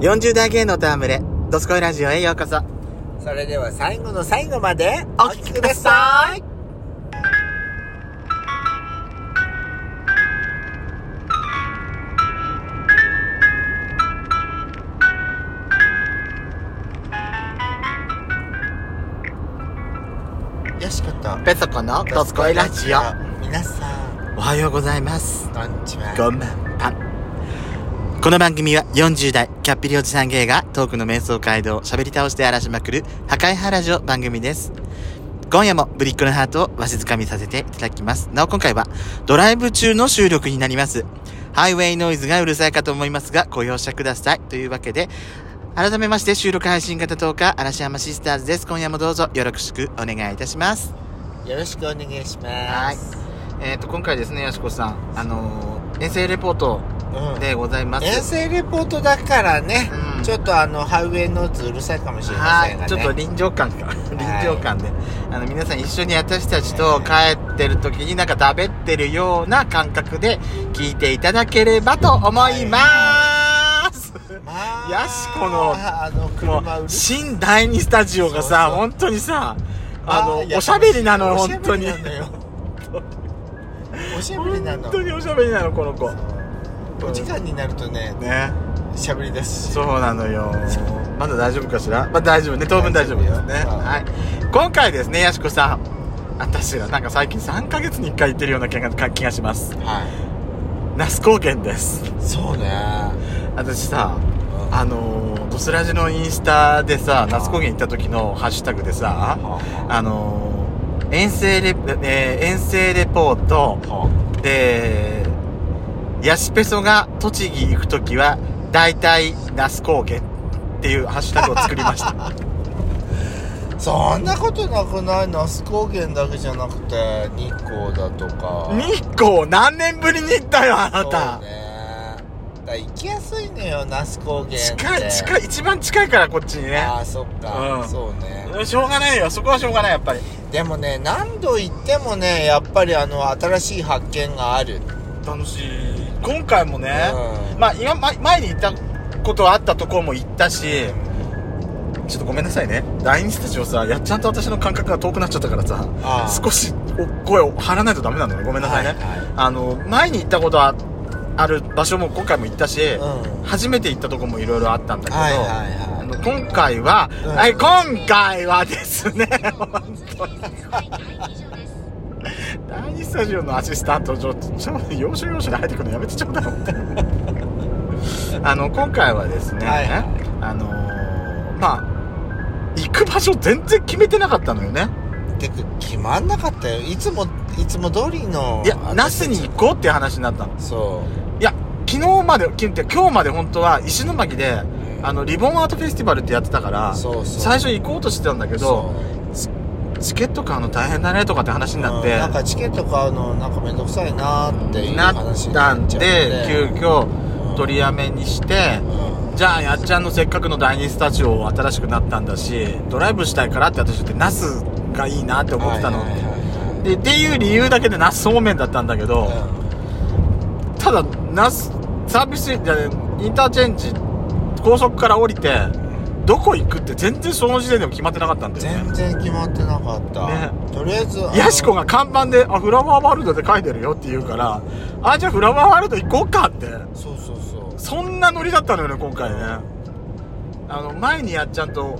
40代芸能とあむれ、ドスコイラジオへようこそ。それでは最後の最後までお聞きください。い。よしこと。ペソコのドスコイラジオ。皆さん、おはようございます。こんにちは。ごめんぱんこの番組は40代キャッピリおじさん芸がトークの瞑想街道を喋り倒して荒らしまくる破壊ハラジオ番組です今夜もブリックのハートをわしづかみさせていただきますなお今回はドライブ中の収録になりますハイウェイノイズがうるさいかと思いますがご容赦くださいというわけで改めまして収録配信型10日嵐山シスターズです今夜もどうぞよろしくお願いいたしますよろしくお願いしはまいす。えっ、と今回ですねやしこさんあのー、遠征レポートうん。でございます、遠征レポートだからね、うんちょっとあの、ハイウェイノーズうるさいかもしれまはせんがね。い、ちょっと臨場感が臨場感で、あの皆さん一緒に私たちと帰ってる時になんか食べってるような感覚で聞いていただければと思います、まあ、やしこのあもの、車ううるさい。新第二スタジオがさそうそう本当にさあのーやおしゃべりなのよ本当におしゃべりなのよおしゃべりなの。本当におしゃべりなのこの子お時間になるとね、ねしゃべり出すし。そうなのよ。まだ大丈夫かしら。まあ、大丈夫ね。当分大丈夫ですね。大丈夫よはい。今回ですね、やしこさん。私はなんか最近3ヶ月に1回行ってるような気が気がします。は那須高原です。い。そうね。私さ、あのー、ドスラジのインスタでさ、那須高原行った時のハッシュタグでさ、あのー、遠征レ、えー遠征レポート、で、ヤシペソが栃木行くときは、大体、那須高原っていうハッシュタグを作りました。 そんなことなくない那須高原だけじゃなくて日光だとか日光何年ぶりに行ったよ、あなそうた。ねだから行きやすいのよ那須高原って近い、近いい、一番近いからこっちにね。ああそっか、うんそうねしょうがないよ、そこはしょうがない、やっぱり。でもね何度行ってもねやっぱりあの新しい発見がある楽しい。今回もね、うんまあ、今、ま前に行ったことはあったところも行ったし、うんちょっとごめんなさいね。第二スタジオさ、やっちゃんと私の感覚が遠くなっちゃったからさああ、少しお声を張らないとダメなのね。ごめんなさいね。はいはいあの、前に行ったことはある場所も今回も行ったし、うん初めて行ったとこもいろいろあったんだけど、はいはいあはの今回は、うんはい今回はですね、本当に第二スタジオのアシスタントちょっとちょっと要所要所で入ってくるのやめてちょうだい本当にあの今回はですね、はいあのーまあ行く場所全然決めてなかったのよねいてか決まんなかったよいつもいつも通りのいや那私須に行こうっていう話になったのそいや昨日まで昨日って今日まで本当は石巻でうんあのリボンアートフェスティバルってやってたからうそうそう最初行こうとしてたんだけどそうチケット買うの大変だねとかって話になって、うんなんかチケット買うのなんかめんどくさいなーっていうな話っにたなっんちゃでうの急遽取りやめにしてうんじゃあやっちゃんのせっかくの第二スタジオ新しくなったんだしドライブしたいからって私言ってナスがいいなって思ってたの、はいはいはいでっていう理由だけでナスそうめんだったんだけど、はただナスサービスエリアじゃないインターチェンジ高速から降りてどこ行くって全然その時点でも決まってなかったんいだよね全然決まってなかった、ねとりあえずあのヤシコが看板で「あフラワーワールド」で書いてるよって言うから「あじゃあフラワーワールド行こうか」ってそうそうそうそんなノリだったのよね、今回ね。あの、前にやっちゃんと、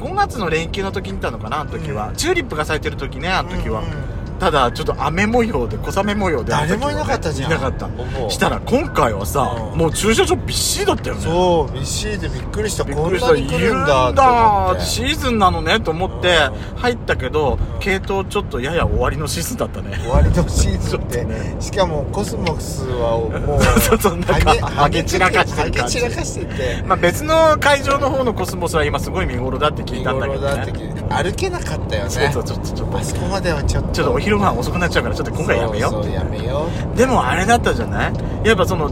5月の連休の時に行ったのかな、あの時は。うんチューリップが咲いてる時ね、あの時は。うんうんただ、ちょっと雨模様で、小雨模様で。誰もいなかったじゃんいなかったお盆。したら、今回はさ、うんもう駐車場びっしりだったよね。そうびっしりでびっくりしたびっこくんりしなた。にいる来るんんだだと思ってシーズンなのね、と思ってう、入ったけど、ん系統ちょっとやや終わりのシーズンだったね。終わりのシーズンっちょて、っとねしかもコスモスはもう そうそうなんかははげ散らかしてる感じはげ散らかしててまあ、別の会場の方のコスモスは今すごい見頃だって聞いたんだけ見頃だってどね。聞いて歩けなかったよねそうそう、ちょっと、ちょっとあ。そこまではちょっとちょっとお昼ご飯遅くなっちゃうからちょっと今回やめようそうそうやめようでもあれだったじゃないやっぱその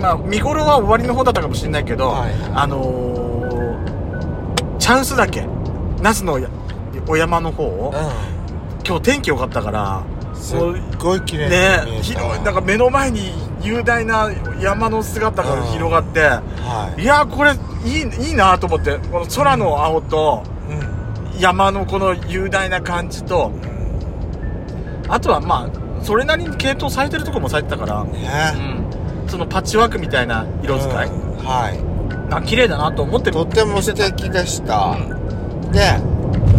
まあ見頃は終わりの方だったかもしれないけど、はいはいあのー、チャンスだけ那須のやお山の方う今日天気良かったからんすっごい綺麗ね広いなんか目の前に雄大な山の姿が広がって、はいいやこれいいいいなと思ってこの空の青と山のこの雄大な感じとあとはまあそれなりに系統されてるとこもされてたから、ねうん、そのパッチワークみたいな色使い、うんはいあ綺麗だなと思ってとっても素敵でした、で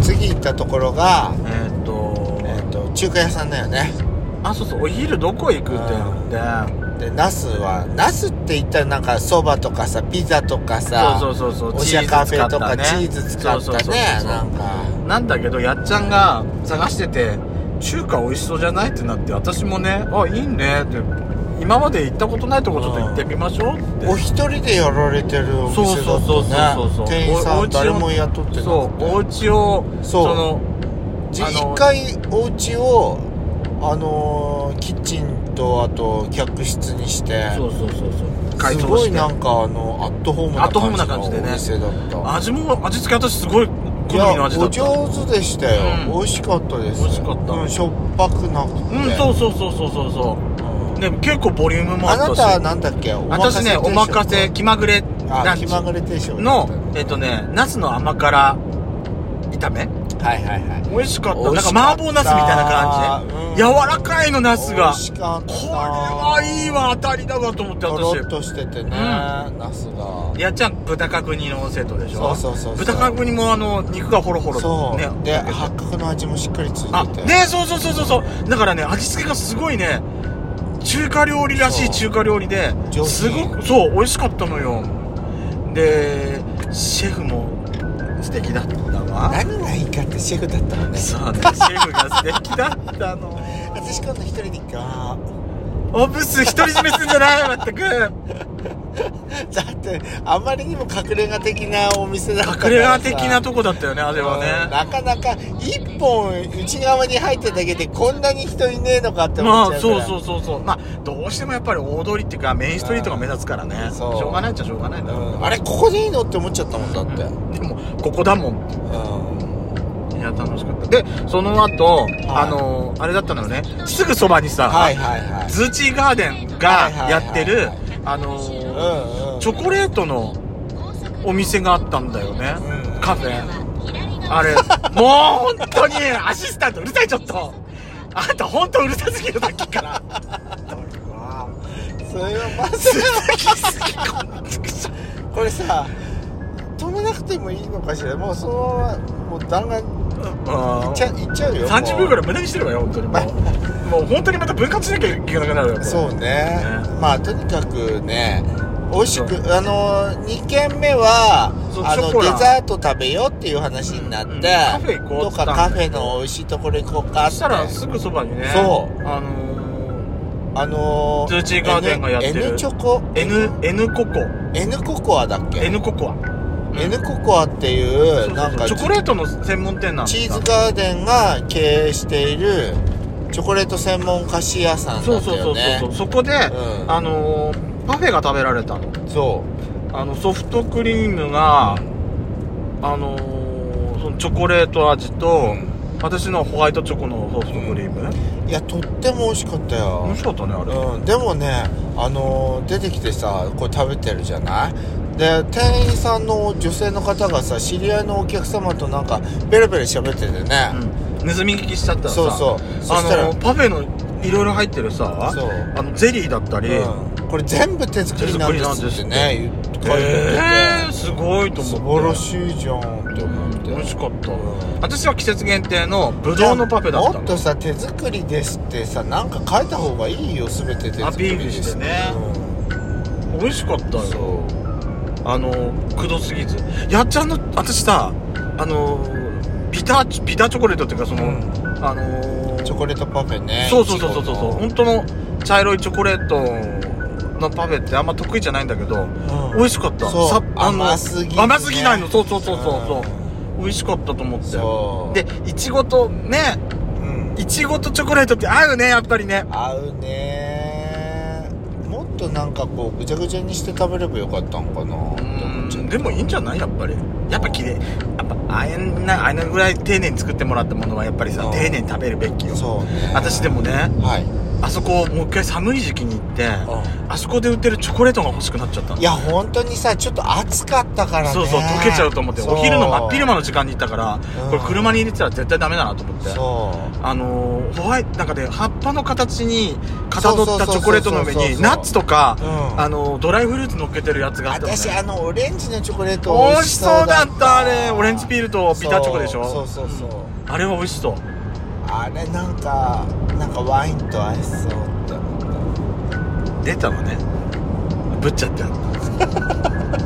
次行ったところが、えーっと、えっと中華屋さんだよねあそうそうお昼どこ行くってなってでナスはナスって言ったらなんかそばとかさピザとかさそうそうそうそうおしゃカフェとかチチーーズズ使使っったねたねそうそうそうそうなんかなんだけどやっちゃんが探してて中華美味しそうじゃないってなって私もねあいいねって今まで行ったことないとこちょっと行ってみましょうってお一人でやられてるお店だそうそうそうそうそうそとうね店員おさお家をん誰も雇ってなそうくてお家をそうのじあの一回お家をあのーキッチンとあと客室にしてそうそうそうそう改す装ごしいてなんかあのアットホームなアットホームな感じ感じでのねお店だった味も味付け私すごいい好みのや味だおった上手でしたよ、うん美味しかったです美味しかったうん、しょっぱくなくてうんそうそうそうそうそうそうね結構ボリュームもああったなしたはなんだっけお任せ私ねお任せ気まぐれラあンチ気まぐれ定食のえっとねナスの甘辛炒めはいはいはい美味しかった美味なんかしか麻った婆ナスみたいな感じ、うん柔らかいのナス美が味しかったこれはいいわ当たりだわと思ってとろっ私としててね、ナスがやっちゃん豚角煮のセットでしそょうそうそうそう豚角煮もあの肉がホロホロそう、ねで八角の味もしっかりつあいててねそうそうそうそうそうだからね味付けがすごいね中華料理らしいそう中華料理で上品すごくそう美味しかったのよでシェフも素敵だったわ何がいいかってシェフだったのねそうねシェフが素敵だったの私今度一人で行くわオブス独り占めすんじゃない全くだってあまりにも隠れ家的なお店だったからさ隠れ家的なとこだったよねあれはうんねなかなか一本内側に入っただけでこんなに人いねえのかってま思っちゃあうからそうそうそうそうまあどうしてもやっぱり大通りっていうかメインストリートが目立つからねうんしそうょうがないっちゃしょうがないんだろううんあれここでいいのって思っちゃったもんだって、でもここだもんうんいや楽しかったでその後、あのーあれだったのよねすぐそばにさ、はいはいはいズーチーガーデンがやってる、はいはいはいあのーうんうんチョコレートのお店があったんだよね、うんカフェあれもう本当にアシスタントうるさいちょっとあんた本当うるさすぎるさっきからそれはまずこれさ止めなくてもいいのかしらもうそのままもう弾丸いっちゃいっちゃうよ30秒ぐらいい無駄にしてるわよ本当にもうもう本当にまた分割しなきゃいけなくなるよこれそうねまあとにかくね美味しくあの2軒目はそうあシのョコデラザート食べようっていう話になって、うんうんカフェ行こうっどつっったかんだカフェの美味しいところ行こうかっそてしたらすぐそばにねそうあのあのズーチーガーデンがやってる N, N チョコー、N, N ココ N ココアだっけ N ココア N ココアっていうそうそうそうなんかチョコレートの専門店なんだチーズガーデンが経営しているチョコレート専門菓子屋さんそなうんそだうそようそうねそう、そこで、うんあのーパフェが食べられたのそあのソフトクリームがあのーそのチョコレート味と、私のホワイトチョコのソフトクリーム、ういやとっても美味しかったよ面白かったねあれ、うん、でもね、あのー出てきてさこれ食べてるじゃないで店員さんの女性の方がさ知り合いのお客様となんかベラベラ喋っててね、うん、盗み聞きしちゃったらさそうそうそあしたらのーパフェのいろいろ入ってるさそうあのゼリーだったり、うんこれ全部手作りなんですってね言って書いてて、えー、すごいと素思晴っらてしいじゃんって思って、美味しかった、ん私は季節限定のブドウのパフェだったもっのとさ手作りですってさなんか書いた方がいいよ全て手作りですアピールしてね美味しかったうんよそあのくどすぎずやっちゃんの私さあのビターチビターチョコレートっていうかその、うんあのうチョコレートパフェねそうそうそうそうそうい本当の茶色いチョコレートのパフェってあんま得意じゃないんだけど、ちごのうん美味しかったそうさあの甘すぎずね甘すぎないのそうそうそうそうそう、美味しかったと思ってそうでいちごとねうんいちごとチョコレートって合うねやっぱりね合うねもっとなんかこうぐちゃぐちゃにして食べればよかったんかなって思っちゃうでもいいんじゃないやっぱりやっぱ綺麗やっぱあえなあえなぐらい丁寧に作ってもらったものはやっぱりさうん丁寧に食べるべきよそうね私でもねはいあそこもう一回寒い時期に行ってあそこで売ってるチョコレートが欲しくなっちゃったのいや本当にさちょっと暑かったからねそうそう溶けちゃうと思ってそうお昼の真っ昼間の時間に行ったからうんこれ車に入れてたら絶対ダメだなと思ってそうあのーホワイトなんかね葉っぱの形にかたどそっうそうたそうそチうョコレートの上そうそうそにうナッツとか、うんあのードライフルーツ乗っけてるやつがあったのね私あのオレンジのチョコレート美味しそうだったあれオレンジピールとビターチョコでしょそうそうそうそう、あれは美味しそうあれなんかなんかワインと合いそうって思っ出たのねぶっちゃって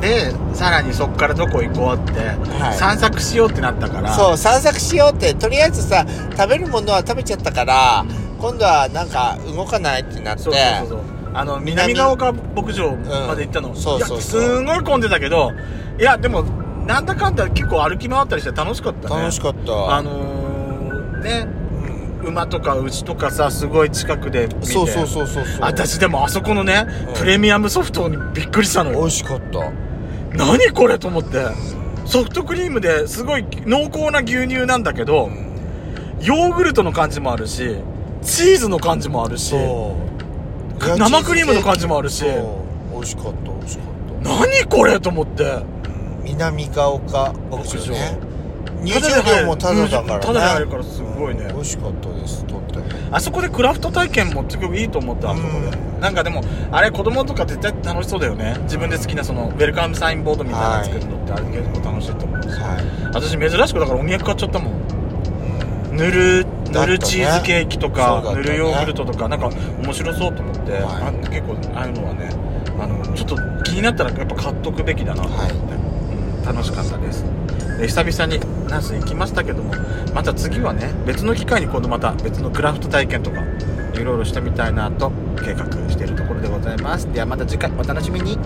でさらにそっからどこ行こうって、い散策しようってなったからたそう散策しようってとりあえずさ食べるものは食べちゃったから今度はなんか動かないってなってそうそうそうそうあの南ヶ丘牧場まで行ったの、うんそうそうそういやすごい混んでたけどいやでもなんだかんだ結構歩き回ったりして楽しかったね楽しかった、あのー、ね馬とか牛とかさすごい近くで見てそうそうそうそうそう私でもあそこのね、うんプレミアムソフトにびっくりしたの美よ味しかった何これと思ってソフトクリームですごい濃厚な牛乳なんだけど、ヨーグルトの感じもあるしチーズの感じもあるしそうか生クリームの感じもあるしそう美味しかった美味しかった何これと思って南ヶ丘牧場ね入ただで入場れ料もタダだからねタダで入れるからすごいねうん美味しかったですとってもあそこでクラフト体験もすごくいいと思ったあそこで、うんなんかでもあれ子供とか絶対楽しそうだよね自分で好きなそのウェルカムサインボードみたいなの作るのってあれ結構楽しいと思うは私珍しくだからお土産買っちゃったもん塗る塗だったねるチーズケーキとか、そうだ塗ったねるヨーグルトとかなんか面白そうと思って、はいあ結構ああいうのはねあのちょっと気になったらやっぱ買っとくべきだなと思って、うん、楽しかったですで久々にナス行きましたけどもまた次はね別の機会に今度また別のクラフト体験とかいろいろしてみたいなと計画しているところでございますではまた次回お楽しみにい